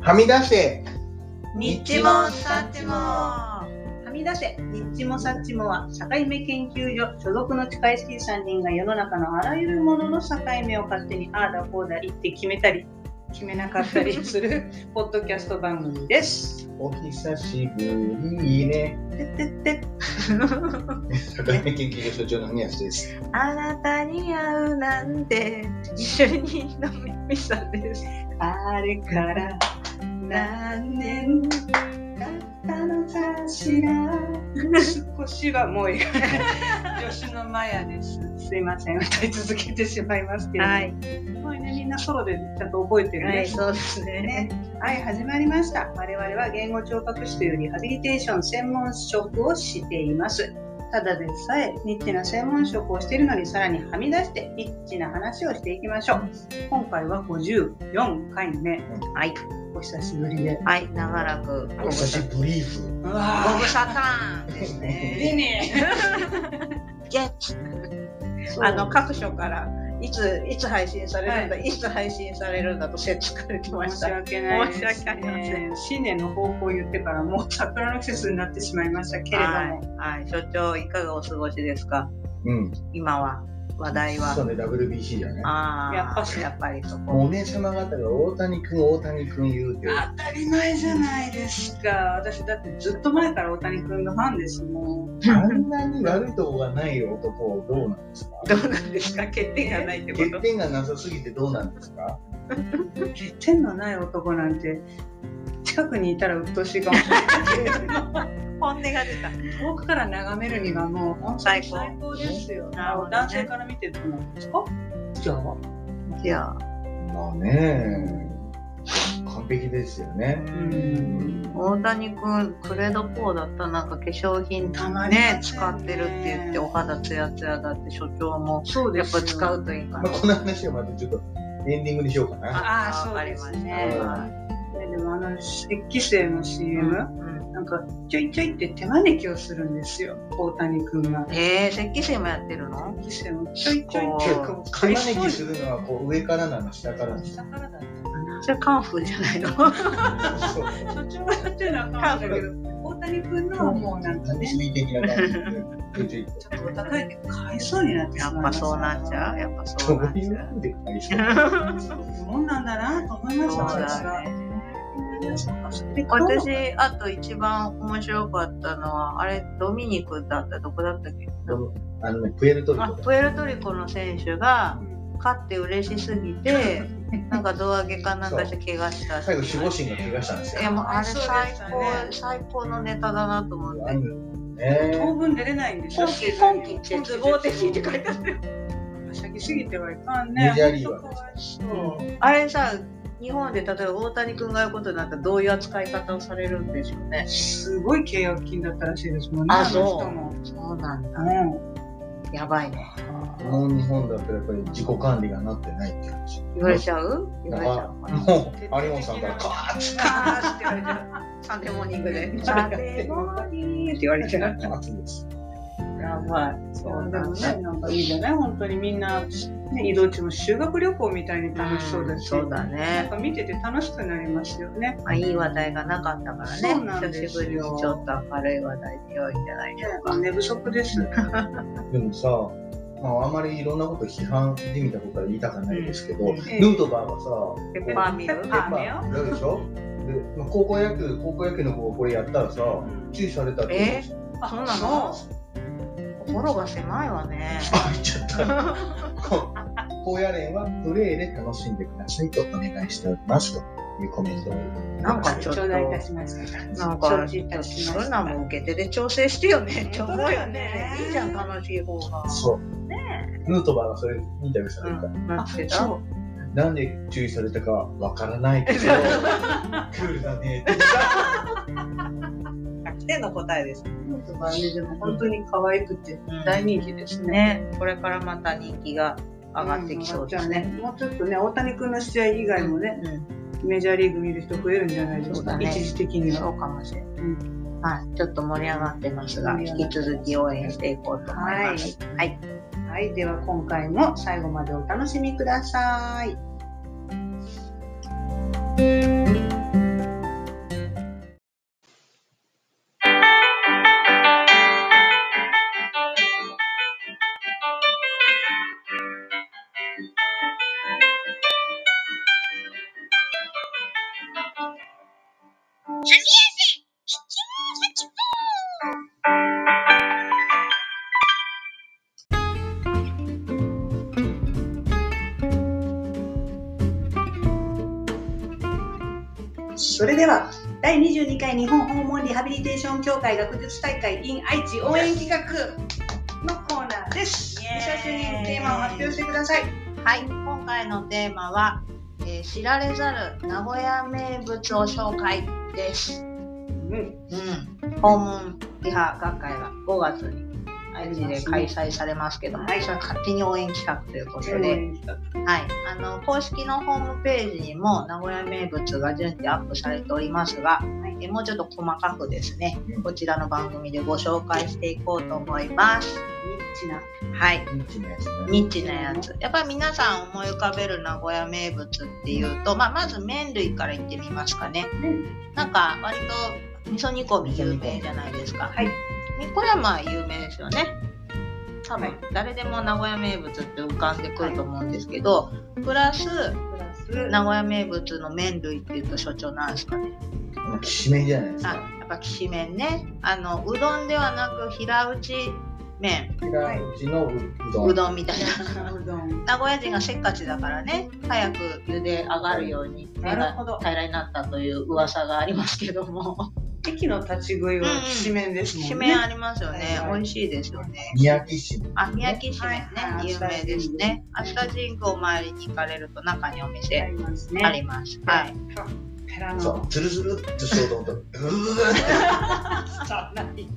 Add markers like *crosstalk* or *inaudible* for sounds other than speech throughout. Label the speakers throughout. Speaker 1: はみ出して
Speaker 2: ニッチもサッチもはみ出せニッチもサッチもは境目研究所所属の近いスキー3人が世の中のあらゆるものの境目を勝手にああだこうだ言って決めたり決めなかったりするポッドキャスト番組です。
Speaker 1: お久しぶりね
Speaker 2: てってって
Speaker 1: 社会面研究所所長の宮地です
Speaker 2: あなたに会うなんて一緒に飲みみさんです。あれから何年経ったのかしら。少しはもうい *laughs* い。女子のマヤです。すいません、歌い続けてしまいますけれども。
Speaker 3: はい、
Speaker 2: すごいね、みんなソロでちゃんと覚えてるね。
Speaker 3: はい、そうです
Speaker 2: ね
Speaker 3: ね。
Speaker 2: はい、始まりました。我々は言語聴覚士というリハビリテーション専門職をしています。ただでさえニッチな専門職をしているのにさらにはみ出してニッチな話をしていきましょう。今回は54回目。
Speaker 3: はい、
Speaker 2: お久しぶりで。
Speaker 3: はい、長らく。
Speaker 1: *laughs* お久しぶりー
Speaker 2: う
Speaker 3: ご
Speaker 2: わ
Speaker 3: 無沙汰ですね。
Speaker 2: ね。
Speaker 3: ゲッツ。
Speaker 2: あの各所からいついつ配信されるんだ、い、つ配信されるんだとせっつかれてま
Speaker 3: 申
Speaker 2: した
Speaker 3: し。訳ないです。
Speaker 2: 申し訳ありません。新年の方向を言ってからもう桜の季節になってしまいましたけれども、
Speaker 3: はい、はい、所長、いかがお過ごしですか。
Speaker 1: うん
Speaker 3: 今は、話題
Speaker 1: そう
Speaker 3: は。
Speaker 1: ね WBC だね
Speaker 3: ああ、
Speaker 2: やっぱしやっぱりそこ。
Speaker 1: お姉様方が大谷君大谷君言うて
Speaker 2: 当たり前じゃないですか。私だってずっと前から大谷君のファンですもん。
Speaker 1: あんなに悪いとこがない男をどうなんですか
Speaker 3: どうなんですか、欠点がないってこ
Speaker 1: 欠
Speaker 3: と。
Speaker 1: 点がなさすぎてどうなんです
Speaker 2: *laughs*
Speaker 1: か
Speaker 2: 欠点のない男なんて近くにいたら鬱陶しいかもしれないけれども。
Speaker 3: 本音が出た。
Speaker 2: 遠くから眺めるにはもう本当に最高ですよ。
Speaker 3: なるほどね
Speaker 2: 男性から見てどうなんですか？じゃあ
Speaker 3: じゃあ、
Speaker 1: まあね完璧ですよね
Speaker 2: うん
Speaker 3: 大谷君、クレドポーだった、なんか化粧品。
Speaker 2: たまに
Speaker 3: ね、使ってるって言って、お肌ツヤツヤだって、所長も。
Speaker 2: そう
Speaker 3: や
Speaker 2: で
Speaker 3: っ
Speaker 2: すよ
Speaker 3: ぱ使うといい
Speaker 1: ま
Speaker 3: か
Speaker 1: あ、
Speaker 3: な。
Speaker 1: この話はまたちょっとエンディングにしようかな。
Speaker 2: ああ
Speaker 3: あ
Speaker 2: そう
Speaker 3: わかり
Speaker 2: で
Speaker 3: ますした
Speaker 2: ね。
Speaker 3: は
Speaker 2: ねでもあの雪肌精の
Speaker 3: い
Speaker 2: CM、
Speaker 3: うん
Speaker 2: なんかちょいちょいって手招きをするんですよ大谷君が。
Speaker 3: えー、石器生もやってるの
Speaker 2: 雪肌精のちょいちょいって
Speaker 3: あー
Speaker 2: こう
Speaker 1: 手招きす
Speaker 2: る
Speaker 1: るのはこう上からなの下からな
Speaker 2: 下からだった
Speaker 3: それカンフーじゃないの
Speaker 1: の。そう。
Speaker 2: かな。所長がやってるのは分かんないけど大谷君のはもうなんか
Speaker 1: 楽し
Speaker 2: ね
Speaker 1: み的な感じで。ちょいちょい
Speaker 2: ちょっとお高いけど買いそうになってしま
Speaker 3: や
Speaker 2: い
Speaker 3: っ
Speaker 2: ま
Speaker 3: ぱ
Speaker 2: した
Speaker 3: そうなっちゃうやっぱそ
Speaker 1: そうう
Speaker 3: なっ
Speaker 1: い
Speaker 3: ち
Speaker 1: う
Speaker 3: ゃ
Speaker 1: な
Speaker 3: うん
Speaker 1: で会社。
Speaker 3: う。
Speaker 2: そういうもんなんだなと思いまし
Speaker 3: そう
Speaker 2: た私
Speaker 3: だ
Speaker 2: は。
Speaker 3: ね。
Speaker 2: そうかそれで今度
Speaker 3: 私、あと一番面白かったのは、あれ、ドミニクだった、どこだったっけ
Speaker 1: あのね、プエルトリコ
Speaker 3: あ、
Speaker 1: だ。
Speaker 3: プエルトリコの選手が、勝って嬉しすぎ *laughs* て、なんか胴上げかなんかして怪我したって
Speaker 1: 最
Speaker 3: いう。
Speaker 1: 後守護神が怪我したんですよ
Speaker 3: い。や、もうあれ
Speaker 2: そう
Speaker 3: 最
Speaker 2: でしたね
Speaker 3: 高、最高のネタだなと思って
Speaker 1: あ。のね
Speaker 2: 当。分出れないんですよ。
Speaker 3: 今季、今季絶望的って書いてある。
Speaker 2: はしゃぎすぎてはいかんね。
Speaker 1: メジャーリーガー
Speaker 2: 本当かわいそう
Speaker 3: あれさ、日本で例えば大谷君がやることになったらどういう扱い方をされるんでしょうね。
Speaker 2: すごい契約金だったらしいですもんね。
Speaker 3: あそう
Speaker 2: の人も。
Speaker 3: そうなんだ。
Speaker 2: うん
Speaker 3: やばいね。
Speaker 1: この日本だとやっぱり自己管理がなってないっていう話。
Speaker 3: 言われちゃう言われちゃ
Speaker 1: あ
Speaker 3: うかな。
Speaker 1: もう有本さんからカーッ
Speaker 3: あーって言われちゃう。サンデーモーニングで。
Speaker 2: サンデーモ
Speaker 3: ーニングって言われちゃう。
Speaker 1: て熱いです。
Speaker 3: やばい。
Speaker 2: で
Speaker 3: そうな
Speaker 2: も
Speaker 3: んだ。
Speaker 2: ね、なんかいいじゃない本当にみんな、ね、移動中も修学旅行みたいに楽しそうだし、
Speaker 3: そうだ
Speaker 2: なん
Speaker 3: ね。
Speaker 2: か見てて楽しくなりますよね。
Speaker 3: まあ、いい話題がなかったから
Speaker 2: そうなん
Speaker 3: ね。
Speaker 2: で
Speaker 3: 久
Speaker 2: す
Speaker 3: し
Speaker 2: よ
Speaker 3: ぶりにちょっと明るい話題で良いんじゃないでしょうか。
Speaker 2: 寝不足です。
Speaker 1: でもさ、まあ、あんまりいろんなこと批判でみたことは言いたくないですけど、
Speaker 3: うん
Speaker 1: ヌートバーがさ、
Speaker 3: ペッパーミル
Speaker 2: ペッパ
Speaker 1: や
Speaker 2: ー
Speaker 1: っぱやるでしょで、まあ、高校野球高校野球の子がこれやったらさ注意されたって
Speaker 3: え
Speaker 1: 言
Speaker 2: あ
Speaker 3: そうなの心が狭いわ *laughs* ね。
Speaker 1: っちゃったこう *laughs* 高野連はプレーで楽しんでくださいとお願いしておりますというコメントを
Speaker 3: なんかちょっと
Speaker 2: 頂戴いたしました。
Speaker 3: なんか、
Speaker 2: 承知いたしました
Speaker 3: そういうのはもう受け手で調整してよね。
Speaker 2: 本当だよね
Speaker 3: いいじゃん、楽しい方が。
Speaker 1: そうヌートバーがそれインタビューされた、
Speaker 3: うん、な
Speaker 2: あ、
Speaker 3: ってた。
Speaker 2: そう。
Speaker 1: なんで注意されたかわからない
Speaker 3: *laughs*
Speaker 1: けどクールだねって
Speaker 3: 100点の答えです。
Speaker 2: とかね、でも本当に可愛くて大人気ですね。
Speaker 3: ね、これからまた人気が上がってきそうですね。
Speaker 2: うん。もうちょっとね、大谷君の試合以外もね、
Speaker 3: う
Speaker 2: メジャーリーグ見る人増えるんじゃないです
Speaker 3: そう
Speaker 2: か、
Speaker 3: だね
Speaker 2: 一時的
Speaker 3: ん、
Speaker 2: に
Speaker 3: そ
Speaker 2: は。
Speaker 3: うかもしれない、
Speaker 2: う
Speaker 3: はい、ちょっと盛り上がってますが、
Speaker 2: 盛り上がっ
Speaker 3: 引
Speaker 2: て
Speaker 3: き
Speaker 2: ます
Speaker 3: 続き応援していこうと思います。はい、
Speaker 2: はい、では今回も最後までお楽しみください。それでは第22回日本訪問リハビリテーション協会学術大会 in 愛知応援企画のコーナーです。
Speaker 3: イエーイ
Speaker 2: 武者主任テーマを発表してください。
Speaker 3: はい、今回のテーマは、えー知られざる名古屋名物を紹介です。
Speaker 2: うん、
Speaker 3: うん、訪問リハ学会が5月に愛知で開催されますけども、
Speaker 2: はい
Speaker 3: それ勝手に応援企画ということで、はい、あの公式のホームページにも名古屋名物が順次アップされておりますが、えもうちょっと細かくですね
Speaker 1: うん
Speaker 3: こちらの番組でご紹介していこうと思いま
Speaker 2: ニ
Speaker 3: す
Speaker 2: ッチな
Speaker 3: はい
Speaker 1: ニッチなやつね。
Speaker 3: ニッチなやつやっぱり皆さん思い浮かべる名古屋名物っていうと、まあ、まず麺類からいってみますかねなんか割と味噌煮込み有名じゃないですか
Speaker 2: はい
Speaker 3: みこれはまあ有名ですよね多分
Speaker 2: はい
Speaker 3: 誰でも名古屋名物って浮かんでくると思うんですけどプラス
Speaker 2: プラス
Speaker 3: 名古屋名物の麺類っていうと所長なんですかね
Speaker 1: きしめんじゃないです
Speaker 3: あ
Speaker 1: か。
Speaker 3: やっぱきしめんねあのうどんではなく平打ち麺
Speaker 1: 平打ちのううどん。
Speaker 3: うどんみたいな
Speaker 2: うどん。
Speaker 3: 名古屋人がせっかちだからね早く茹で上がるように
Speaker 2: な
Speaker 3: 目
Speaker 2: るほ
Speaker 3: が
Speaker 2: ど
Speaker 3: 平らになったという噂がありますけども
Speaker 2: 駅の立ち食いはきしめんで
Speaker 3: き
Speaker 2: すもんね。
Speaker 3: しめんありますよね
Speaker 2: はいはい
Speaker 3: 美味しいですよね
Speaker 1: 三宅市の
Speaker 3: あ、三宅市ね、
Speaker 2: はい
Speaker 3: 有名ですね。明日神宮お参りに行かれると中にお
Speaker 2: あり
Speaker 3: 店
Speaker 2: ます
Speaker 3: あ
Speaker 2: ね。
Speaker 3: ります。はい。
Speaker 2: ペラ
Speaker 1: そう
Speaker 2: の。
Speaker 1: ズルズルっとしたうどんとうー
Speaker 2: さないな
Speaker 1: って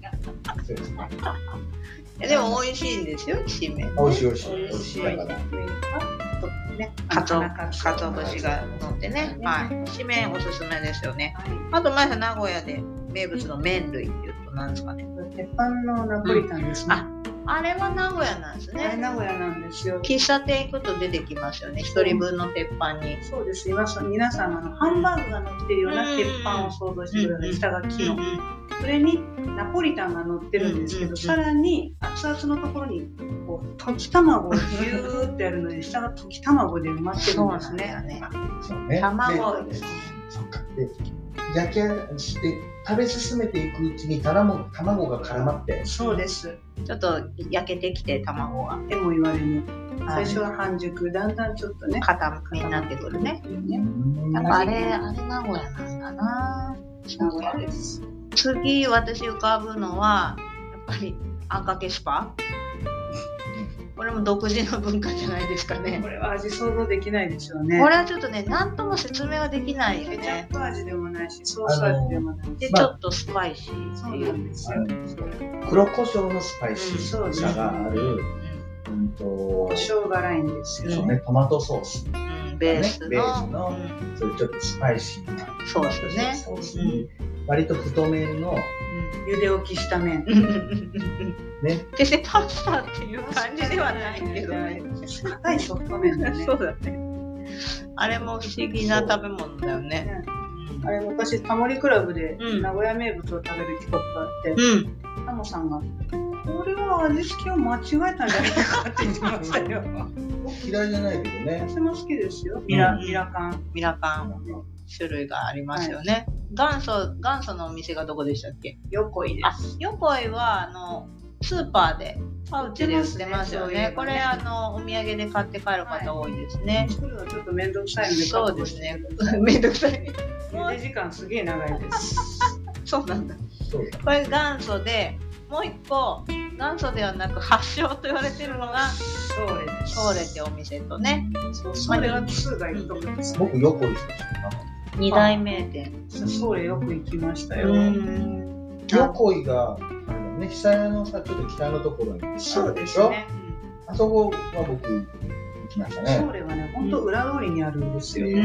Speaker 1: そうですね
Speaker 3: *laughs* えでも美味しいんですよ、きしめん。
Speaker 1: 美味しい美味しい
Speaker 2: 美
Speaker 1: 美
Speaker 2: 味
Speaker 1: 味
Speaker 2: し
Speaker 1: し
Speaker 2: い
Speaker 1: いだから
Speaker 2: ね。
Speaker 3: かつお、
Speaker 2: なかな
Speaker 3: かつお節が乗ってね。はい。きしめんおすすめですよね。あと、前さん名古屋で名物の麺類っていうと何ですかね。
Speaker 2: 鉄板のナポリタンですね。
Speaker 3: ああれは名古屋なんです
Speaker 2: あれ
Speaker 3: ね。
Speaker 2: 名古屋なんですよ。
Speaker 3: 喫茶店行くと出てきますよね。一人分の鉄板に。
Speaker 2: そうです。皆さん、皆さんあのハンバーグが乗ってるような鉄板を想像してくださ
Speaker 3: う
Speaker 2: い。
Speaker 3: ん
Speaker 2: 下が木
Speaker 3: うん
Speaker 2: の。
Speaker 3: うん
Speaker 2: それにナポリタンが乗ってるんですけ
Speaker 3: うんうんう
Speaker 2: ど、
Speaker 3: ん
Speaker 2: さらに熱々のところにこう溶き卵をギューってやるので、下が溶き卵で埋まってる
Speaker 3: そうん
Speaker 2: で
Speaker 3: なん
Speaker 2: す
Speaker 3: だよ
Speaker 2: ね。
Speaker 3: ね。
Speaker 1: そうね
Speaker 3: 卵
Speaker 1: でそっかで焼き上がして食べ進めていくうちに卵卵が絡まって
Speaker 2: そうです。
Speaker 3: ちょっと焼けてきて、卵が。
Speaker 2: でも言われぬ。
Speaker 3: は
Speaker 2: 最
Speaker 3: い
Speaker 2: 初は半熟、だんだんちょっとね。
Speaker 3: 固めになってくるね。
Speaker 1: うん
Speaker 3: やっぱあれ、あれ名古屋なんだな。
Speaker 2: 名古屋です。
Speaker 3: 次、私浮かぶのは、やっぱり、あんかけスパ。 *laughs* これも独自の文化じゃないですかね
Speaker 2: こ。れは味想像できないですよね。
Speaker 3: これはちょっとね、なんとも説明はできないよ
Speaker 2: ケチャ
Speaker 3: ね
Speaker 2: ッ。プ味でもないし、ソース味でもないし。
Speaker 3: で、
Speaker 1: まあ
Speaker 3: ちょっとスパイシー
Speaker 2: そ
Speaker 3: って
Speaker 2: う
Speaker 3: い
Speaker 2: な
Speaker 3: う。
Speaker 2: んです
Speaker 1: あ
Speaker 2: よ。
Speaker 1: の黒胡椒のスパイシ
Speaker 2: うんそう
Speaker 1: ー
Speaker 2: ね
Speaker 1: さがある、うんと
Speaker 2: 胡椒がラインです
Speaker 1: そ
Speaker 2: よ
Speaker 1: う。ね、トマトソース
Speaker 3: うんうん、ベースの,、
Speaker 1: ベースの
Speaker 3: うん、
Speaker 1: そういうちょっとスパイシーな
Speaker 3: そうですね。
Speaker 1: ソースに、割と太麺の
Speaker 2: 茹で置きした麺。
Speaker 3: うんうんうんうん
Speaker 1: ね
Speaker 3: 決してパスタっていう感じではないけどね。
Speaker 2: 硬いソフト麺だね
Speaker 3: そ。うだね。あれも不思議な食べ物だよね。
Speaker 2: あれ昔タモリクラブで
Speaker 3: うん
Speaker 2: 名古屋名物を食べる企画があって、
Speaker 3: うん。
Speaker 2: タモさんが「これは味付けを間違えたんじゃないか」って言ってましたよ。
Speaker 3: *laughs*
Speaker 1: 嫌いじゃないけどね
Speaker 2: 私も好きですよ。ミラ
Speaker 3: うん
Speaker 2: ミラカン。
Speaker 3: ミラカン種類がありますよね。元祖元祖のお店がどこでしたっけ？
Speaker 2: 横井で
Speaker 3: あ
Speaker 2: す。、
Speaker 3: 横井はあのスーパーで
Speaker 2: あ
Speaker 3: 売ってるやつ出ますよね。これあ
Speaker 2: あ
Speaker 3: のお土産で買って帰る方多いですね。
Speaker 2: 作るのちょっと面倒くさいので
Speaker 3: そうですね。めんどくさい。
Speaker 2: 茹で時間すげえ長いです。
Speaker 3: そうなんだ。
Speaker 1: そうだ
Speaker 3: これ元祖で、もう一個元祖ではなく発祥と言われてるのが
Speaker 2: そうです。
Speaker 3: ソーレってお店とね、
Speaker 2: そうそれが2がいいと思います。
Speaker 1: 僕横井さん知らなかっ
Speaker 3: 二大名店。
Speaker 2: ソーレよく行きました
Speaker 1: た
Speaker 2: よ。
Speaker 1: よ
Speaker 3: あ
Speaker 1: 横井があのね久屋のさちょっと北のところにあるでしょ
Speaker 2: そうですね。
Speaker 1: あそこは僕行きました
Speaker 2: ソ
Speaker 1: ね
Speaker 2: ーレはね、本当裏通りにあるんですよ。
Speaker 3: うー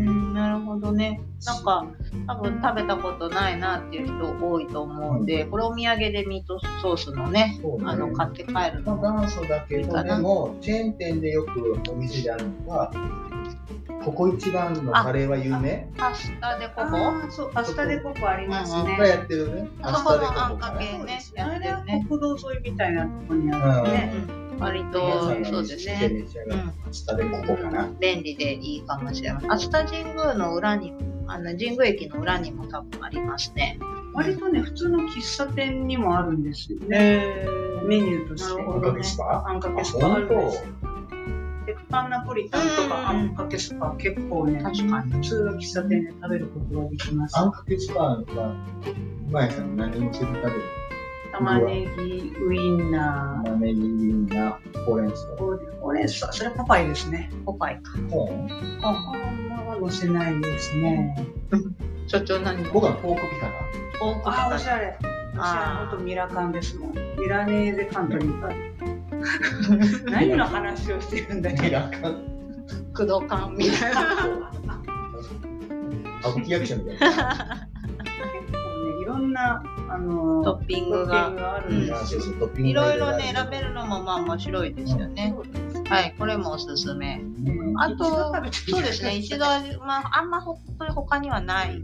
Speaker 3: んなるほどね。なんか多分食べたことないなっていう人多いと思うんで、これお土産でミートソースのね、
Speaker 1: そうね
Speaker 3: あの買って帰る
Speaker 1: まあ
Speaker 3: の。
Speaker 1: 元祖だけ
Speaker 3: いい
Speaker 1: ど
Speaker 3: か
Speaker 1: で
Speaker 3: な
Speaker 1: もチェーン店でよくお店であるのはここ一番のカレーは有名
Speaker 3: パスタでここ
Speaker 2: あーそう、パスタでココあります
Speaker 3: ー
Speaker 1: が
Speaker 2: ね。
Speaker 1: やってるね
Speaker 3: あ
Speaker 1: パ
Speaker 3: そ
Speaker 1: ス
Speaker 3: こ
Speaker 1: タで
Speaker 3: のあ
Speaker 1: こ
Speaker 3: ん
Speaker 1: こ
Speaker 3: か
Speaker 1: か
Speaker 3: け
Speaker 1: ね
Speaker 3: ね、や
Speaker 2: あ
Speaker 3: って
Speaker 2: れは
Speaker 3: るね。
Speaker 2: 国道沿いみたいなとこにある。
Speaker 1: うん
Speaker 2: ね
Speaker 3: うん割
Speaker 1: 皆さ
Speaker 3: と
Speaker 1: んが
Speaker 3: そう
Speaker 1: 見つ
Speaker 3: です
Speaker 1: けて
Speaker 3: ね。
Speaker 1: 召し上がるパスタでここかな
Speaker 3: 便利でいいかもしれません。明日神宮の裏にあの神宮駅の裏にも多分ありますね。
Speaker 2: 割とね、普通の喫茶店にもあるんですよね。
Speaker 3: え
Speaker 2: メニューとして。
Speaker 3: なる
Speaker 1: お
Speaker 3: ほ
Speaker 1: かげスパ
Speaker 2: あんかけ
Speaker 1: あ、
Speaker 2: スパあ
Speaker 1: 本
Speaker 2: るんですよ
Speaker 1: 当。
Speaker 2: 鉄板ナポリタンとかあ
Speaker 3: うん
Speaker 2: んかけスパ結構ね、
Speaker 3: 確かに。
Speaker 2: 普通の喫茶店で食べることができます
Speaker 1: あ。んかけスパは、うまいさん何をつけて食べる
Speaker 2: 玉ねぎ、ウインナ
Speaker 1: マネギリンナ、ほうれん草
Speaker 2: ー、、ほうほうれん草、それパパイですね。
Speaker 3: ポパイか。
Speaker 1: コーン
Speaker 2: あんまは乗せないですね。
Speaker 3: 所長何
Speaker 1: 僕はポークピカ
Speaker 3: 多く
Speaker 2: あー、お
Speaker 3: し
Speaker 2: しゃれ。私は元ミラカンですもん。ミラネーゼカントリーか。
Speaker 3: *laughs*
Speaker 2: 何の話をしてるんだっ
Speaker 1: だ。ミ
Speaker 2: け *laughs*
Speaker 1: ラカン。
Speaker 3: 駆動感みたいな。
Speaker 1: 歌舞伎役者みたいな。
Speaker 2: 結構ね、いろんな、あのー
Speaker 3: トッピン
Speaker 2: ト
Speaker 3: グ
Speaker 2: ッピン
Speaker 3: が。
Speaker 2: グがある
Speaker 3: うんん
Speaker 2: で
Speaker 1: そうそうトッピング
Speaker 3: *laughs* いろいろね、選べるのもまあ面白いですよね。はい、これもおすすめ。
Speaker 1: うん
Speaker 3: あと、
Speaker 2: 一度食べてみたい
Speaker 3: そうですね、一度、まあ、あんま本当に他にはない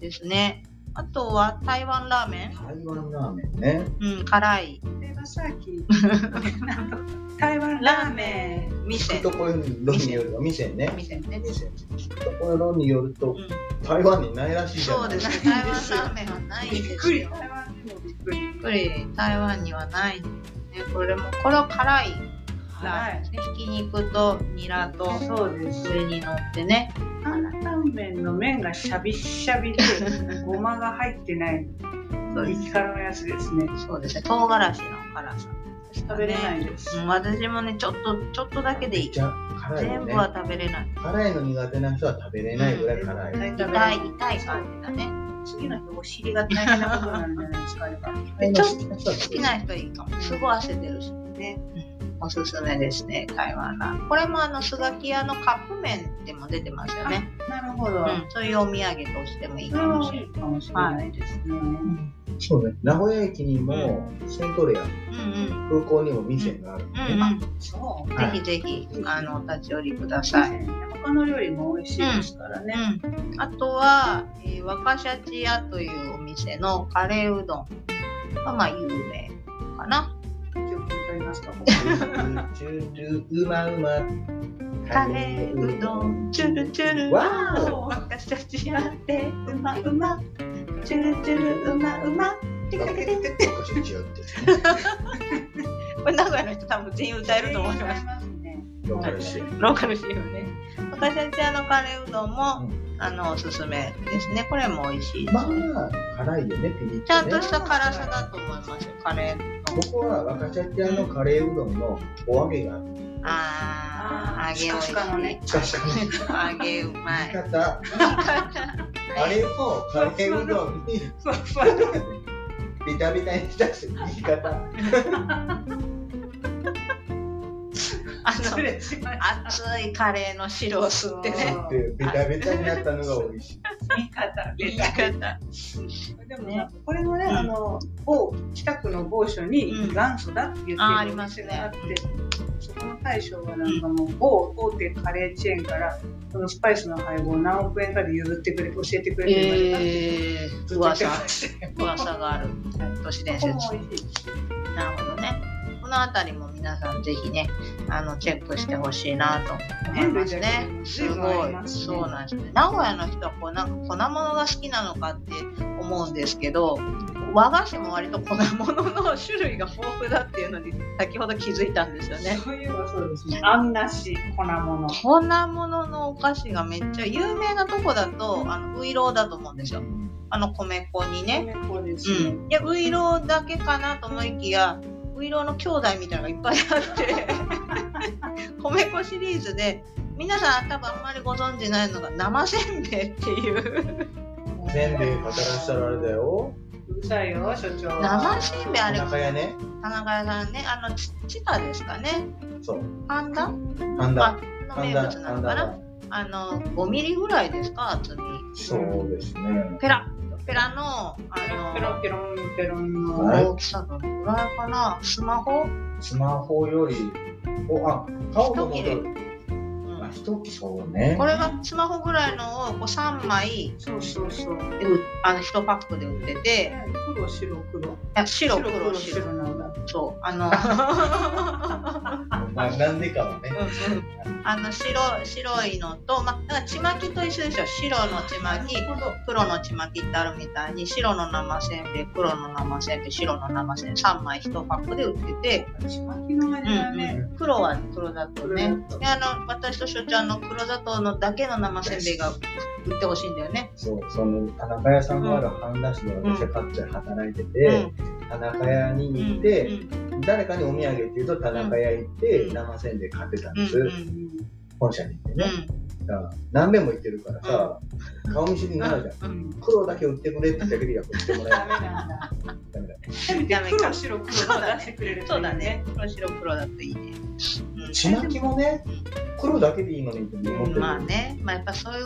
Speaker 3: ですね。あとは台湾ラーメ
Speaker 1: 台湾ラーメンね。
Speaker 3: ン、うん、辛い
Speaker 2: それがさっきなんと台湾ラーメン
Speaker 1: 聞く
Speaker 3: 店、
Speaker 1: ところに論によるお店ね。
Speaker 3: 店ね。
Speaker 1: 店。聞くところによる
Speaker 3: う
Speaker 1: と、
Speaker 3: ん、
Speaker 1: 台湾にないらしいじゃ
Speaker 3: そ
Speaker 1: な
Speaker 3: う
Speaker 1: い
Speaker 3: です
Speaker 1: か。
Speaker 3: ね、台湾ラーメンはないですよ。
Speaker 2: 台湾でもびっくり
Speaker 3: びっくり台湾にはないね。これも、これは辛い
Speaker 2: は
Speaker 3: ラーメ
Speaker 2: い
Speaker 3: ンですね。ひき肉とニラと
Speaker 2: そうです
Speaker 3: 上に乗ってね。
Speaker 2: 担々麺の麺がシャビッシャビでごまが入ってない
Speaker 3: そうです
Speaker 2: 激辛のやつですね
Speaker 3: そうですね、唐辛子の辛さ。
Speaker 2: 食べれないです、
Speaker 3: うん私もね、ちょっと、ちょっとだけでいい
Speaker 1: じ。ゃ辛いよ
Speaker 3: 全部
Speaker 1: ね。
Speaker 3: は食べれない。
Speaker 1: 辛いの苦手な人は食べれないぐらい辛い。
Speaker 2: うん
Speaker 3: 痛い、痛い感じだね。
Speaker 2: 次の日お尻が大変なことになるんじゃないですかあれば
Speaker 1: 辛いの好きな人は
Speaker 3: 好きな人いいかも。すごい汗出るしね。おすすめですね、台湾ラーメンこれもあの、スガキ屋のカップ麺でも出てますよね。
Speaker 2: なるほど、
Speaker 3: うん、そういうお土産としてもいい
Speaker 2: そ
Speaker 3: か
Speaker 2: れ
Speaker 3: も
Speaker 2: は
Speaker 3: しれ
Speaker 2: い
Speaker 3: ない。
Speaker 2: いかもしれないですね、
Speaker 1: そうね。名古屋駅にも、セントレア、
Speaker 3: うんうん。
Speaker 1: 空港にも店があるの
Speaker 3: う
Speaker 1: で、
Speaker 3: んうん。ぜ
Speaker 2: そう
Speaker 1: はい
Speaker 3: ひぜひ、あの、お立ち寄りください。
Speaker 2: 他の料理も美味しいですからね、
Speaker 3: うん、あとは、えー、若シャチ屋というお店のカレーうどんがまあ有名かな。
Speaker 2: 記憶にありますかここ
Speaker 1: チュルうまうま
Speaker 3: カレーうどん、チュルチュル。
Speaker 1: わー
Speaker 2: お
Speaker 3: 若シャチ屋でうまうま、チュルチュルうまうま。テクテクテクテク
Speaker 1: おかしい違うって
Speaker 3: これ名古屋の人多分全員歌えると思います。
Speaker 2: すね。
Speaker 1: わかるし
Speaker 3: ローカル CM ね。若シャチ屋のカレーうどんも、
Speaker 1: う
Speaker 3: あのおすすめですね。これも美味しいです。
Speaker 1: まあ辛いよねピリッ
Speaker 3: ちゃん
Speaker 1: と
Speaker 3: と
Speaker 1: ね
Speaker 3: した辛さだと思います。カレーの。
Speaker 1: 僕は若茶屋のカレーうどんのお揚げが
Speaker 3: あ
Speaker 2: あ
Speaker 3: ー、
Speaker 2: ー
Speaker 3: 揚げ美味しい
Speaker 2: スカスカの
Speaker 1: *laughs*
Speaker 2: ね
Speaker 1: スカスカの
Speaker 3: 揚げうま
Speaker 1: 言い
Speaker 3: い。
Speaker 1: 方あれをカレーうどんに
Speaker 2: ふわふわの
Speaker 1: ビタビタにしたし言い方
Speaker 3: あ
Speaker 2: そ
Speaker 3: の、
Speaker 2: れ違います
Speaker 3: 熱いカレーの汁を吸ってね。
Speaker 1: っていうビタビタになったのが美味しい
Speaker 2: 言い方
Speaker 3: 言い
Speaker 2: *laughs*
Speaker 3: 方。
Speaker 2: でもね、これもね、あの某北区の某所に
Speaker 3: うん
Speaker 2: 元祖だって言って
Speaker 3: あーあり
Speaker 2: るお
Speaker 3: ます
Speaker 2: 店
Speaker 3: ね
Speaker 2: があって、そこの大将がなんかもう某大手カレーチェーンからそのスパイスの配合を何億円かで譲ってくれ教えてくれてるから。
Speaker 3: え
Speaker 2: *laughs*
Speaker 3: ー、
Speaker 2: ずっと言って
Speaker 3: 噂
Speaker 2: ま、したよ
Speaker 3: 噂がある都市伝
Speaker 2: こ
Speaker 3: 説
Speaker 2: こ。も美味しい
Speaker 3: なるほどね。このあたりも皆さんぜひね、あの、チェックしてほしいなと思いますね。すごい。そうなんですね。名古屋の人はこうなんか粉物が好きなのかって思うんですけど、和菓子も割と粉物の種類が豊富だっていうのに先ほど気づいたんですよね。
Speaker 2: そういえばそうですね。あんなし粉物。
Speaker 3: 粉物のお菓子がめっちゃ有名なとこだとあのウイローだと思うんですよあの米粉にね、
Speaker 2: これです
Speaker 3: う
Speaker 2: ね。
Speaker 3: ん、いやウイローだけかなと思いきやウイローの兄弟みたいなのがいっぱいあって *laughs* 米粉シリーズで皆さん多分あんまりご存知ないのが生せんべいっていう
Speaker 1: 全部語らしたらあれだよ
Speaker 2: うるさいよ、所長。
Speaker 3: 生せんべいあれ
Speaker 1: 田中屋ね
Speaker 3: 田中屋さんねあのち千葉ですかね
Speaker 1: そう
Speaker 3: 神田
Speaker 1: 神田神田
Speaker 3: あの名物なの
Speaker 1: 神
Speaker 3: かな
Speaker 1: 田
Speaker 3: あの5ミリぐらいですか厚み
Speaker 1: そうですね
Speaker 3: ペラペラのあ
Speaker 2: ペ
Speaker 3: の
Speaker 2: ロペロンペロン
Speaker 1: あれ
Speaker 2: の。
Speaker 3: 大きさどのぐらいかなスマホ、
Speaker 1: スマホよりおあ顔が戻る
Speaker 3: うん
Speaker 1: あ一切そうね
Speaker 3: これがスマホぐらいのをこう3枚
Speaker 2: そうそうそう。
Speaker 3: でうあの1パックで売ってて
Speaker 2: 黒白黒。
Speaker 3: いや白黒白
Speaker 2: なんだ。
Speaker 3: そう
Speaker 2: *laughs*
Speaker 3: あの
Speaker 1: まあ、なんでかはね。
Speaker 3: あの白白いのと、まあ、だからちまきと一緒ですよ白のちまき黒のちまきってあるみたいに白の生せんべい黒の生せんべい白の生せんべい3枚1パックで売ってて
Speaker 2: ちまきの味だね。
Speaker 3: 黒は黒砂糖ね
Speaker 2: 黒砂糖
Speaker 3: であの私としょちゃんの黒砂糖のだけの生せんべいが売ってほしいんだよね。
Speaker 1: そう、その、田中屋さんがある半田市で私はかっちゃん働いてて、田中屋に
Speaker 3: うん
Speaker 1: 行って、
Speaker 3: うん
Speaker 1: 誰かにお土産って言うと田中屋行って、
Speaker 3: うん
Speaker 1: 生せんべい買ってたん
Speaker 3: うん
Speaker 1: です、本社に行ってね、だから何遍も行ってるからさ、顔見知りになるじゃん、
Speaker 3: うんうん
Speaker 1: 黒だけ売ってくれって言ったけどやっぱ売ってもら
Speaker 2: ダ
Speaker 1: え
Speaker 2: メなんだ。
Speaker 1: ダメだ
Speaker 2: せめて黒白黒が出してくれるといい
Speaker 3: そうだ。ね黒白黒だといいね。うん
Speaker 1: ちまきもね黒だけでいいのにって思ってる、
Speaker 3: まあね、まあ、やっぱそういう、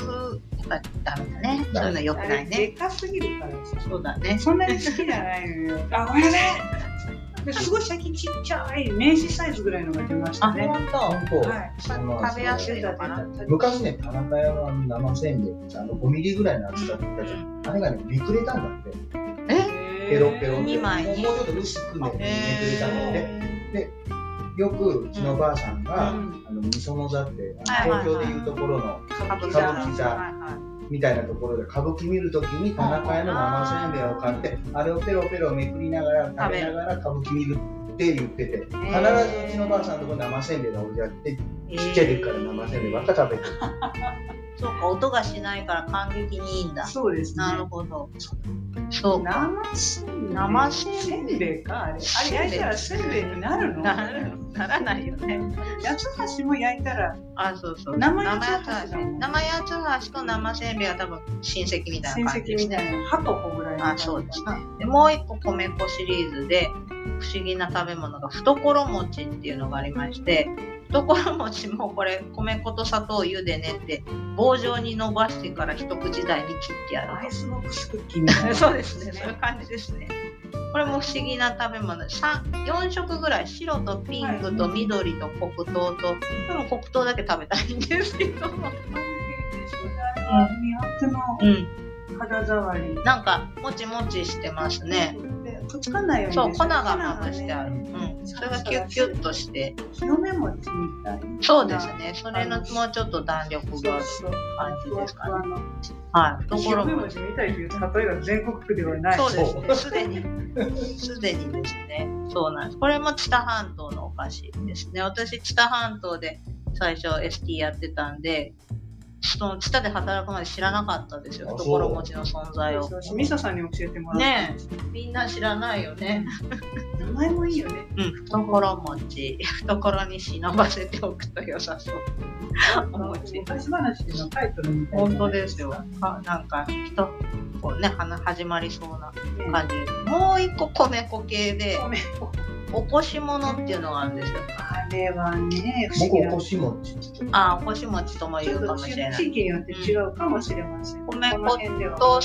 Speaker 3: やっぱダメだね。そういうの良く
Speaker 2: あ
Speaker 3: な
Speaker 2: れ
Speaker 3: い
Speaker 2: で
Speaker 3: ね。
Speaker 2: かすぎるからさ。
Speaker 3: そうだね。
Speaker 2: そんなに好きじゃないの
Speaker 3: *laughs*
Speaker 2: よ。あ、ごめんなさい。ですごい最近ちっちゃい名刺サイズぐらいのが出まし
Speaker 3: あ、
Speaker 2: たね。
Speaker 3: 本当。
Speaker 1: 本当、そう
Speaker 2: はい。
Speaker 1: なんですよ
Speaker 3: 食べやすいのかな。
Speaker 1: 昔ね田中屋は生せんべいってあの5ミリぐらいの厚さだったじゃん、あれがねめくれたんだってペロペロって
Speaker 3: 二枚に
Speaker 1: もうもうちょっと薄くねめくれたので、
Speaker 3: え
Speaker 1: よくうちのばあさんが、
Speaker 2: うん
Speaker 1: あの味噌の座ってあ
Speaker 3: は
Speaker 1: の
Speaker 3: いはい
Speaker 1: 東京
Speaker 3: はい
Speaker 1: でいうところの
Speaker 2: 歌舞伎
Speaker 1: 伎
Speaker 2: 座
Speaker 1: 座
Speaker 2: はいはい
Speaker 1: みたいなところで歌舞伎見るときに田中屋の生せんべいを買ってあれをペロペロめくりながら食べながら歌舞伎見るって言ってて必ずうちのばあさんのとこ生せんべいが置いてあってち
Speaker 3: ー
Speaker 1: っちゃい時から生せんべいばっか食べてる
Speaker 3: そうか、音がしないから感激にいいんだ。
Speaker 2: そうですね。
Speaker 3: なるほど。そうか。
Speaker 2: 生せんべい。
Speaker 3: 生せ
Speaker 2: せ
Speaker 3: ん
Speaker 2: ん
Speaker 3: べい
Speaker 2: べいかあれ。あれ焼いたらせんべいになるの？
Speaker 3: なるならないよね。
Speaker 2: 八つ橋も焼いたら
Speaker 3: あ、そうそう。
Speaker 2: 生八
Speaker 3: 八
Speaker 2: つ
Speaker 3: つ
Speaker 2: 橋だも
Speaker 3: 橋ね
Speaker 2: ん
Speaker 3: 生八つ橋と生せんべいは多分親戚みたい
Speaker 2: 親
Speaker 3: な感じ
Speaker 2: 戚みたいな歯と子ぐらいの
Speaker 3: あそうですね。でもう一個米粉シリーズで不思議な食べ物が懐餅っていうのがありまして懐餅もこれ米粉と砂糖を茹で練って棒状に伸ばしてから一口大に切ってや
Speaker 2: ア
Speaker 3: る
Speaker 2: イスボックスクッキーみたいな。
Speaker 3: そうですねそういう感じですねこれも不思議な食べ物4色ぐらい白とピンクと緑と黒糖と多分黒糖だけ食べたいんですけど、
Speaker 2: 魅惑の
Speaker 3: うん、
Speaker 2: 肌触り。
Speaker 3: なんかもちもちしてますね
Speaker 2: で。くっつかないように。
Speaker 3: そう粉がまぶしてある、
Speaker 1: 粉が
Speaker 3: うん、それがキュッキュッとして
Speaker 2: 清め餅みたい。
Speaker 3: そうですね。それの
Speaker 2: あ
Speaker 3: も
Speaker 2: の
Speaker 3: うちょっと弾力がある
Speaker 2: そう。
Speaker 3: 感じですかね。
Speaker 2: ね。
Speaker 3: はい。とこ
Speaker 2: 清
Speaker 3: ろ
Speaker 2: め
Speaker 3: も。
Speaker 2: 餅みたいという例えば全国区ではない。
Speaker 3: そうです
Speaker 1: そ
Speaker 3: ね。
Speaker 1: う
Speaker 3: すでに。すでにですね。そうなんです。これも知多半島のお菓子ですね。私、知多半島で最初 ST やってたんで、その知多で働くまで知らなかったんですよ。
Speaker 1: あそう
Speaker 3: 懐持ちの存在を。
Speaker 2: 私ミサさんに教えてもらった。
Speaker 3: ねえ。みんな知らないよね。
Speaker 2: 名前もいいよね。
Speaker 3: うん。懐餅。懐に忍ばせておくと良さそう。お餅。
Speaker 2: 昔話のタイトルみたいな。
Speaker 3: 本当です *laughs* よ。あなんか、人、こうね、はな始まりそうな
Speaker 2: ね。
Speaker 3: 感じ。もう一個米粉系で、
Speaker 2: ごめん
Speaker 3: おこしものっていうのがあるんですよ。
Speaker 2: あれはね、不思
Speaker 1: 僕
Speaker 2: 議
Speaker 1: お
Speaker 2: な。
Speaker 1: こし餅
Speaker 3: あ、おこし餅とも
Speaker 2: ち
Speaker 3: 言
Speaker 2: ょ
Speaker 3: う
Speaker 2: っ
Speaker 3: か
Speaker 2: と
Speaker 3: もしれな
Speaker 2: 地
Speaker 3: い。
Speaker 2: 域によって違うかもしれません。
Speaker 3: 米
Speaker 2: この
Speaker 3: 粉
Speaker 2: 辺では
Speaker 3: と、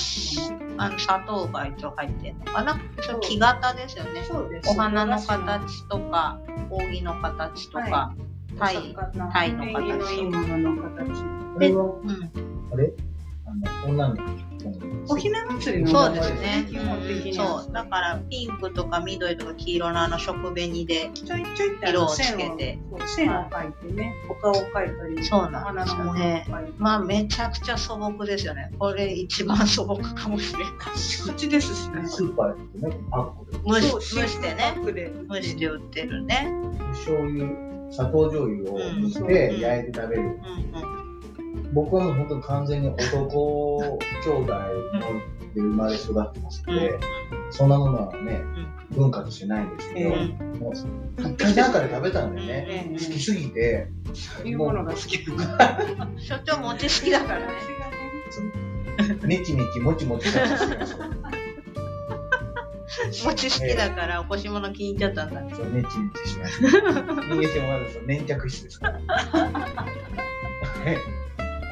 Speaker 3: あの、砂糖が一応入ってるのかな。それ木型ですよね。
Speaker 2: そうです。
Speaker 3: お花の形とか、扇の形とか、タイ。タ
Speaker 2: タ
Speaker 3: イの形
Speaker 2: 縁起のいいものの形。
Speaker 1: これは
Speaker 3: うん。
Speaker 1: あれあの女の子
Speaker 2: おひな祭りの
Speaker 3: そうですね。
Speaker 2: 基本的
Speaker 3: うん
Speaker 2: には
Speaker 3: そう。だから、ピンクとか緑とか黄色のあの食紅で、
Speaker 2: ちょいちょいってあの
Speaker 3: 色をつけて
Speaker 2: 線をそう線を描いてね、お顔を描いたり、
Speaker 3: そう
Speaker 2: お
Speaker 3: なん
Speaker 2: 花
Speaker 3: です
Speaker 2: の
Speaker 3: よ
Speaker 2: 模様を
Speaker 3: ね。
Speaker 2: 描い
Speaker 3: まあめちゃくちゃ素朴ですよね。これ一番素朴かもしれない。
Speaker 2: て、口ですしね。
Speaker 1: スーパー行ってねパックで
Speaker 3: 蒸し
Speaker 2: そう
Speaker 3: 蒸して
Speaker 2: 真空
Speaker 3: ね
Speaker 2: パ。ックで
Speaker 3: 蒸して売ってるね。
Speaker 1: 醤油砂糖醤油を塗って焼いて食べる、
Speaker 3: うんうん。
Speaker 1: 僕はもう本当に完全に男兄弟ので生まれ育ってますので、そんなものはね、文化としてないんですけど、
Speaker 2: うん
Speaker 1: もう一回なんかで食べたんだよね、
Speaker 2: ね
Speaker 1: 好きすぎて
Speaker 2: そういうものが好きだか
Speaker 3: 所長餅好きだからね。
Speaker 1: ネキネキモチモチしたんですよ
Speaker 3: 餅好きだからおこしもの気に入っちゃったんだ。
Speaker 1: そうネチネチしました逃げてもらうと粘着質ですからはい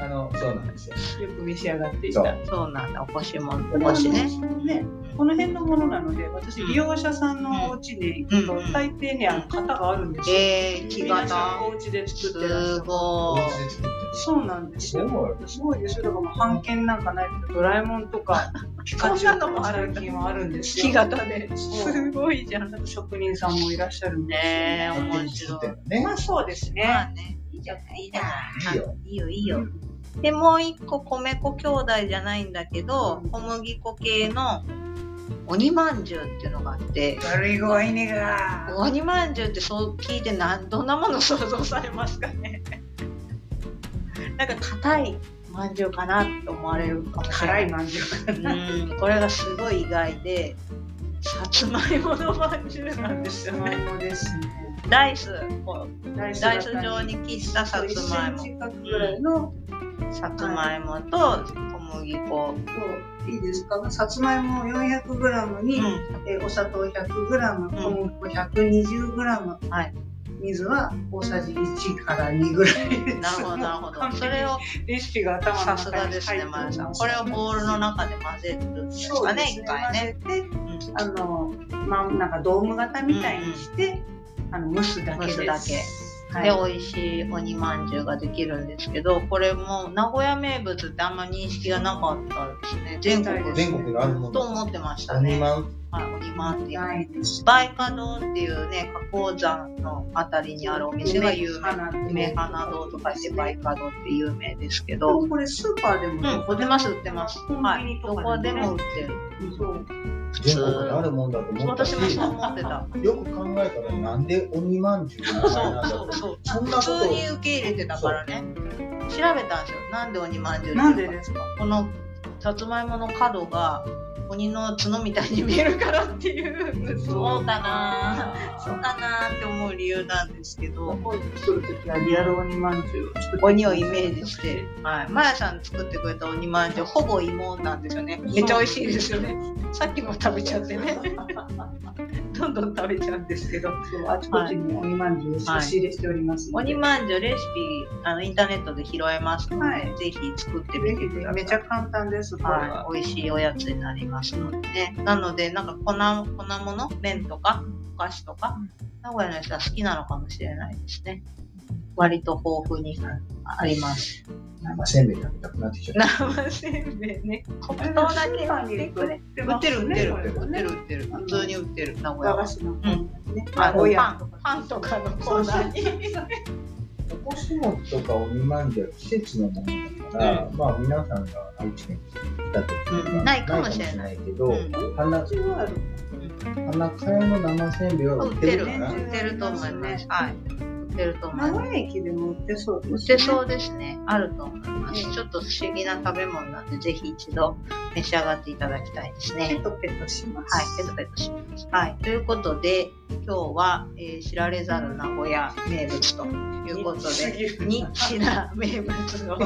Speaker 1: あのそうなんですよ
Speaker 2: よく召し上がってい
Speaker 1: そ
Speaker 2: た。
Speaker 1: う
Speaker 3: そうなんだ。おこしもの。
Speaker 2: こ
Speaker 3: お
Speaker 2: れは
Speaker 3: こ
Speaker 2: あ
Speaker 3: し
Speaker 2: の
Speaker 3: ね。
Speaker 2: ねこの辺のものなので、私、
Speaker 3: うん
Speaker 2: 利用者さんのお家に行くと、
Speaker 3: うん
Speaker 2: 大抵ね、あの型があるんですよ。
Speaker 3: えー、木
Speaker 2: 皆さん
Speaker 3: 型。
Speaker 2: お家です作ってらっしゃる。
Speaker 3: ご
Speaker 1: お
Speaker 3: い。
Speaker 1: 家で作ってる
Speaker 2: そうなんです
Speaker 1: す
Speaker 2: よ。
Speaker 1: ごい
Speaker 2: *laughs* すごいですよ。だからもう、版権なんかないと、ドラえもんとか、ピカチュウとか最近はあるんです
Speaker 3: 木
Speaker 2: よ。
Speaker 3: 型で。
Speaker 2: そう
Speaker 3: すごいじゃん。ね
Speaker 2: 職人さんもいらっしゃるんで。
Speaker 3: え、
Speaker 1: 勝手
Speaker 3: 面
Speaker 1: に作
Speaker 3: 白
Speaker 1: っ
Speaker 3: い
Speaker 1: て。るのね
Speaker 2: ま。あそうです
Speaker 3: ま
Speaker 2: ね。
Speaker 3: あね。いいじゃない。いいじゃ
Speaker 1: いいよ。
Speaker 3: いいよ、いいよ。で、もう一個、米粉兄弟じゃないんだけど、小麦粉系の鬼まんじゅうっていうのがあって、
Speaker 2: 悪い子はいねが。
Speaker 3: 鬼まんじゅうってそう聞いてなんどんなもの想像されますかね *laughs* なんか硬いまんじゅうかなって思われるかもしれな
Speaker 2: 辛
Speaker 3: い
Speaker 2: いまんじゅう。
Speaker 3: うん *laughs* これがすごい意外でさつまいものまんじゅうなんですよね
Speaker 2: ですね。
Speaker 3: ダイスこう
Speaker 2: ダイ
Speaker 3: ダイス状に切ったさ
Speaker 2: そう
Speaker 3: つまいも
Speaker 2: 1センチ角ぐらいの、
Speaker 3: さつまいもと小麦粉、
Speaker 2: そういいですかさつまいも 400g に、えーお砂糖 100g 小麦粉 120g、
Speaker 3: はい
Speaker 2: 水は大さじ1から2ぐらいです
Speaker 3: なるほどなる
Speaker 2: *laughs*
Speaker 3: ほどそれを
Speaker 2: レシピが頭の
Speaker 3: さす
Speaker 2: 中
Speaker 3: が
Speaker 2: に入って
Speaker 3: ですねまやさんこれをボウルの中で混ぜるんです
Speaker 2: そ
Speaker 3: か
Speaker 2: うで
Speaker 3: ね
Speaker 2: す
Speaker 3: 一
Speaker 2: ね
Speaker 3: 回ね
Speaker 2: 混ぜてあのまあなんかドーム型みたいにして、あの蒸すだけです
Speaker 3: 蒸すだけ
Speaker 2: はい
Speaker 3: で美味しい鬼まんじゅうができるんですけどこれも名古屋名物ってあんま認識がなかったですね全国
Speaker 1: 全国があるも
Speaker 3: と
Speaker 1: の。
Speaker 3: 思ってました
Speaker 1: 鬼
Speaker 3: ね、
Speaker 1: まん。
Speaker 3: はい、鬼まんっていう
Speaker 2: ないです
Speaker 3: 梅花堂っていうね花崗山のあたりにあるお店が有名梅花堂とかして梅花堂って有名ですけど、
Speaker 2: これスーパーでも
Speaker 3: うん、売ってます売ってます、
Speaker 2: コン
Speaker 3: は
Speaker 2: ビ
Speaker 3: い
Speaker 2: ニ
Speaker 3: ど
Speaker 2: と
Speaker 3: こ
Speaker 2: か
Speaker 3: で
Speaker 2: でね
Speaker 3: も売ってる
Speaker 2: そう
Speaker 3: 普
Speaker 1: 全国にあ
Speaker 3: 通
Speaker 1: るもんだと思った
Speaker 3: 私
Speaker 1: し。
Speaker 3: もそう思ってた
Speaker 1: よく考えたらなんで鬼まんじゅうの
Speaker 3: そ
Speaker 1: 名前なん
Speaker 3: う
Speaker 1: だ
Speaker 3: そ
Speaker 1: ろ
Speaker 3: うそう
Speaker 1: そんな
Speaker 3: 普
Speaker 1: こと
Speaker 3: 通に受け入れてたからね調べたんですよなんで鬼まんじゅうっていう
Speaker 2: な
Speaker 3: のか
Speaker 2: んでですか
Speaker 3: このさつまいもの角が鬼の角みたいに見えるからっていう
Speaker 2: そう
Speaker 3: そうかなそうかなって思う理由なんですけど
Speaker 2: 今度作るときはリアル鬼まんじゅうを作って
Speaker 3: 鬼をイメージして、はい、まやさん作ってくれた鬼まんじゅうほぼ芋なんですよねめっちゃ美味しいですよねさっきも食べちゃってねどんどん食べちゃうんですけど
Speaker 2: そうあちこちに鬼まんじゅうを差し入れしておりますので、
Speaker 3: 鬼まんじゅうレシピあのインターネットで拾えますので、
Speaker 2: はい
Speaker 3: ぜひ作って
Speaker 2: ぜ
Speaker 3: みて
Speaker 2: ひ
Speaker 3: く
Speaker 2: ぜ
Speaker 3: だ
Speaker 2: ひ
Speaker 3: さい
Speaker 2: めちゃ簡単ですこれは、
Speaker 3: はい、美味しいおやつになりますのでね。なので、なんか粉、粉物、麺とか、お菓子とか、名古屋の人は好きなのかもしれないですね。割と豊富にあります。
Speaker 1: う。生せんべい食べたくなってきちゃった。
Speaker 3: *laughs* 生せんべいね。黒糖だけ売ってくれ。
Speaker 2: 売
Speaker 3: 売ってる売ってる
Speaker 2: 売
Speaker 3: 売ってる売ってる。普通に売ってる、名古屋
Speaker 2: 和菓
Speaker 3: は。
Speaker 2: 子のコーナーね、
Speaker 3: あの
Speaker 2: おや
Speaker 3: パン、パンとかのコーナーに。
Speaker 1: おこしもとか鬼まんじゅうは季節のものだから、まあ皆さんが愛知県に来た時
Speaker 3: うんないかもしれない
Speaker 1: けど、
Speaker 3: うん
Speaker 1: 花
Speaker 2: うちはある
Speaker 1: 花からの生せんべいは
Speaker 3: 売
Speaker 1: 売
Speaker 3: っ
Speaker 1: ってて
Speaker 3: る
Speaker 1: るかな
Speaker 3: 売ってると思います。はい。売ってると思い
Speaker 2: 名
Speaker 3: ます。
Speaker 2: 古屋駅でも売ってそうです、ね、
Speaker 3: 売ってそうですね。あると思いま
Speaker 2: う
Speaker 3: す。
Speaker 2: ん
Speaker 3: ちょっと不思議な食べ物なんで、ぜひ一度召し上がっていただきたいですね
Speaker 2: ペ。トペトします
Speaker 3: はい、ペトペトします。はい、ということで、今日は、えー知られざる名古屋名物ということで、
Speaker 2: で
Speaker 3: ニッチな名物を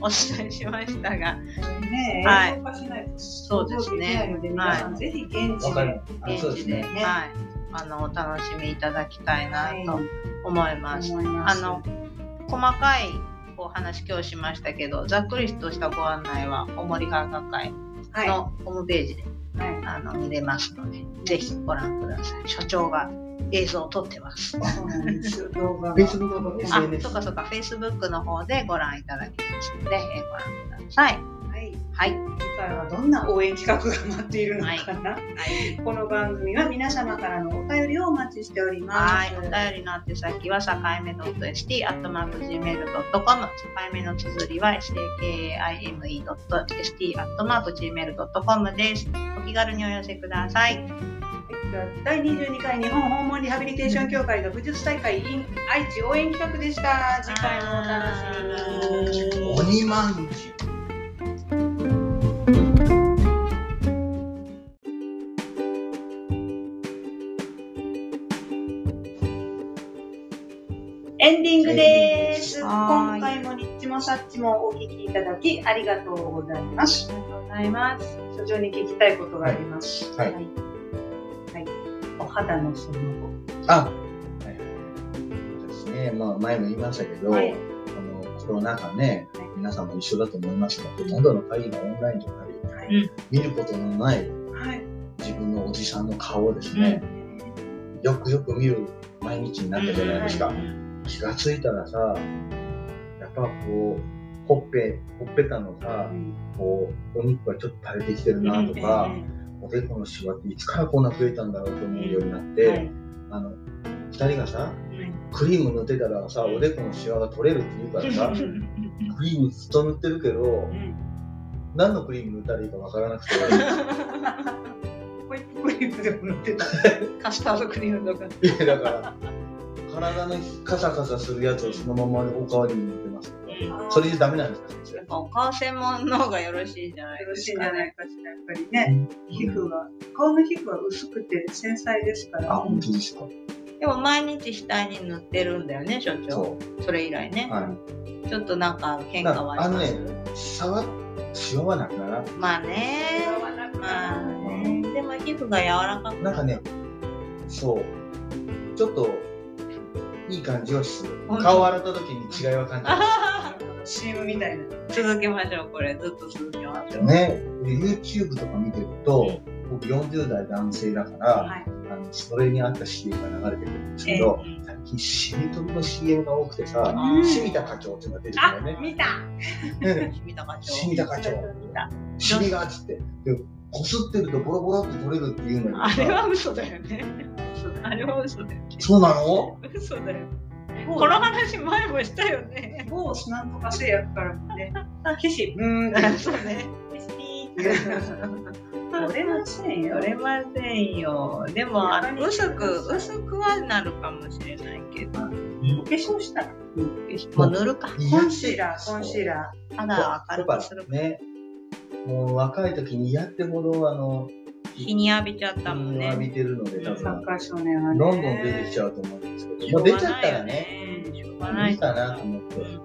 Speaker 3: お伝えしましたが、
Speaker 2: ね、
Speaker 3: はい
Speaker 2: 英語化しないと
Speaker 3: そうですね
Speaker 2: 想像きないので皆さん、ぜひ現地
Speaker 1: わかる。あそうで
Speaker 3: 現地
Speaker 1: す
Speaker 3: で、
Speaker 1: ね。
Speaker 3: はい、あの、お楽しみいただきたいなと思います。
Speaker 2: 思いま
Speaker 3: あ
Speaker 2: す
Speaker 3: の細かいお話今日しましたけどざっくりとしたご案内はおもりが学会
Speaker 2: はい
Speaker 3: のホームページで、
Speaker 2: はい
Speaker 3: あの見れますのでぜひご覧ください所長が映像を撮ってます
Speaker 2: そうなんです動画が
Speaker 1: 別の動画
Speaker 2: は
Speaker 1: SNS
Speaker 3: あそうかそうか Facebook の方でご覧いただけますのでえーご覧ください
Speaker 2: い
Speaker 3: はい、
Speaker 2: 次回はどんな応援企画が待っているのかな、
Speaker 3: はい
Speaker 2: この番組は皆様からのお便りをお待ちしておりま
Speaker 3: は
Speaker 2: す
Speaker 3: い、お便りの宛先は境目 .st アットマーク gmail.com 境目の綴りは sakime.st アットマーク gmail.com ですお気軽にお寄せください
Speaker 2: 第22回日本訪問リハビリテーション協会の武術大会 in 愛知応援企画でした次回もお楽しみに
Speaker 1: 鬼まんじゅう。
Speaker 2: エンディングです。
Speaker 3: はーい
Speaker 2: 今回もリッチもサッチもお聞きいただきありがとうございます。
Speaker 3: ありがとうございます
Speaker 2: 所長に聞きたいことがあります。
Speaker 1: はい
Speaker 2: はい。はいお肌のその
Speaker 1: あ、はい、そうですね。まあ前も言いましたけど、
Speaker 2: はい
Speaker 1: あのコロナ禍ね
Speaker 2: はい、
Speaker 1: 皆さんも一緒だと思いますけど、喉の会議がオンラインとかで、
Speaker 2: は
Speaker 3: うん
Speaker 2: い。
Speaker 1: 見ることのない
Speaker 2: はい。
Speaker 1: 自分のおじさんの顔をですね、よくよく見る毎日になったじゃないですか。
Speaker 3: うん
Speaker 1: 気がついたらさ、やっぱこう、ほっぺほっぺたのさこうお肉がちょっと垂れてきてるなとか、おでこのシワっていつからこんな増えたんだろうと思うようになって、
Speaker 2: はい
Speaker 1: あの2人がさクリーム塗ってたらさおでこのシワが取れるって言うから *laughs* さクリームずっと塗ってるけど何のクリーム塗ったらいいかわからなくて
Speaker 2: ホイップクリームでも塗ってたカスタードクリームとか
Speaker 1: いやだから体のカサカサするやつをそのままおかわりに塗ってますそれじゃダメなんですか
Speaker 3: やっぱお母さんもの方がよろしいんじゃない
Speaker 2: よろ
Speaker 3: で
Speaker 2: し
Speaker 3: す
Speaker 2: いんじ
Speaker 3: か
Speaker 2: ゃ
Speaker 3: ね。
Speaker 2: ないかしらやっぱりね皮膚が顔の皮膚は薄くて繊細ですから
Speaker 1: あ本当ですか
Speaker 3: でも毎日額に塗ってるんだよね、所長。
Speaker 1: そ
Speaker 3: それ以来
Speaker 1: う
Speaker 3: ね。
Speaker 1: は
Speaker 3: ちょっとなんか変化はあります。
Speaker 1: なあいシワシワはなくならん
Speaker 3: まあね。まあね。でも皮膚が柔らかく *laughs*
Speaker 1: なんかねそうちょっといい感じはする
Speaker 3: 本当
Speaker 1: 顔洗った時に違いは感じる
Speaker 2: ームみたいな
Speaker 3: 続けましょう、これ。ずっと続けましょう。
Speaker 1: ね、で YouTube とか見てると、僕40代男性だから、
Speaker 2: はい
Speaker 1: あのそれに合った CM が流れてくるんですけど、最近しりとりの CM が多くてさ、
Speaker 2: うん
Speaker 1: しみた課長っていうのが出てくるよね。
Speaker 2: 見た
Speaker 1: うん
Speaker 3: 君たかち
Speaker 1: しみた課長、
Speaker 2: 見た
Speaker 1: しみがっつって、でこすってるとボロボロって取れるって言うんだ
Speaker 3: あ
Speaker 1: け
Speaker 3: れ
Speaker 1: どさ、
Speaker 3: は嘘だよね。あれは嘘だよね。
Speaker 1: そうなの
Speaker 3: 嘘だよ。こ
Speaker 2: この
Speaker 3: の話前もしたよね。
Speaker 2: 某なんとか製薬からのね皮脂うーん
Speaker 3: そう *laughs* ね。
Speaker 2: 取れませんよ
Speaker 3: 取れませんよ。でも、あの薄く、薄くはなるかもしれないけど。
Speaker 2: お化粧したら
Speaker 3: もう塗るか。
Speaker 2: コンシーラーコンシーラ
Speaker 3: 肌を明るくす
Speaker 1: やっ
Speaker 3: る
Speaker 1: ぱ。ね、もう若い時にやってほどあの、
Speaker 3: 日に浴びちゃったもん
Speaker 1: 浴
Speaker 3: ね。
Speaker 1: びてるので、多
Speaker 2: ーサッ
Speaker 1: 分、
Speaker 2: カー少年
Speaker 1: ど
Speaker 2: はね
Speaker 1: んどん出てきちゃうと思うんですけど、もう出ちゃったらね、
Speaker 3: しょう
Speaker 1: ま
Speaker 3: が
Speaker 1: あ
Speaker 3: ないい
Speaker 1: いかなと思って。
Speaker 3: し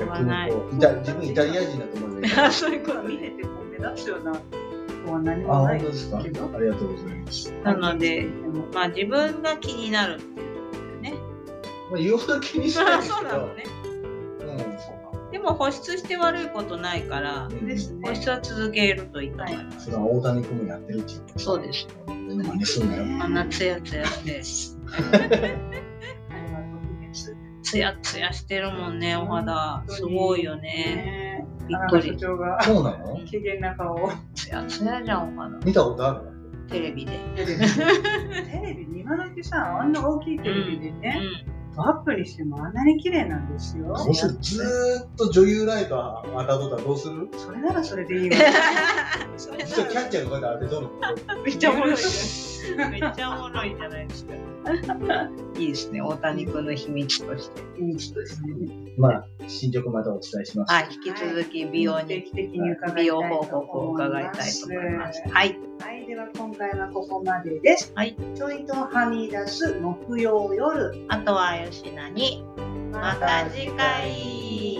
Speaker 3: ょうがない
Speaker 1: 逆にこうイタ自分イタリア人だと思うんだけど。
Speaker 3: あそういうこと
Speaker 2: 見
Speaker 3: ね
Speaker 2: てても目立つような子は何
Speaker 1: あ、
Speaker 2: もな
Speaker 1: 本
Speaker 2: い
Speaker 1: 当ですか。あ
Speaker 2: け
Speaker 1: り
Speaker 2: ど
Speaker 1: がとうございます。
Speaker 3: なので
Speaker 2: でも
Speaker 3: まあ自分が気になる
Speaker 1: まあ、言うほど気にしない
Speaker 3: あ
Speaker 1: です
Speaker 3: *laughs* そう
Speaker 1: け
Speaker 3: なの
Speaker 1: ど。
Speaker 3: ね
Speaker 1: うん、そう
Speaker 3: でも保湿して悪いことないから
Speaker 1: か。
Speaker 2: ですね
Speaker 3: 保湿は続けるといいと思います、
Speaker 1: それは大谷君もやってるって言って
Speaker 3: そうです
Speaker 1: た。真似すんなよ。
Speaker 3: あんなツヤツヤして *laughs*
Speaker 2: あれは特別
Speaker 3: ツヤツヤしてるもんねお肌すごいよね
Speaker 2: ね
Speaker 3: びっ
Speaker 2: 田
Speaker 3: く
Speaker 2: 中社
Speaker 3: り
Speaker 2: 長
Speaker 1: *laughs*
Speaker 2: が
Speaker 1: そうなの。
Speaker 2: 機嫌な顔を
Speaker 3: ツヤツヤじゃんお肌
Speaker 1: 見たことある。
Speaker 3: テレビで
Speaker 2: テレビテレビ今だけさあんな大きいテレビで
Speaker 3: う
Speaker 2: ね、
Speaker 3: *laughs* ん
Speaker 2: アップにしてもあんなに綺麗なんですよ
Speaker 1: そうする、ずーっと女優ライト当たっとったらどうする。
Speaker 2: それならそれでいいわ
Speaker 3: それ
Speaker 1: 一応キャッチャーがこうやって当てとるの。
Speaker 3: めっちゃおもろいじゃんめっちゃおもろいじゃないですかいいですね大谷君の秘密として
Speaker 2: いい人ですね
Speaker 1: まあ、進捗またお伝えします。
Speaker 3: はい、引き続き *laughs* 美容に、
Speaker 2: 定期的に伺いたいと思います
Speaker 3: 美容報告を伺いたいと思います。はい、
Speaker 2: はい、では今回はここまでです。
Speaker 3: はい、
Speaker 2: ちょいとはみ出す木曜夜。
Speaker 3: あとは吉菜に、また次回。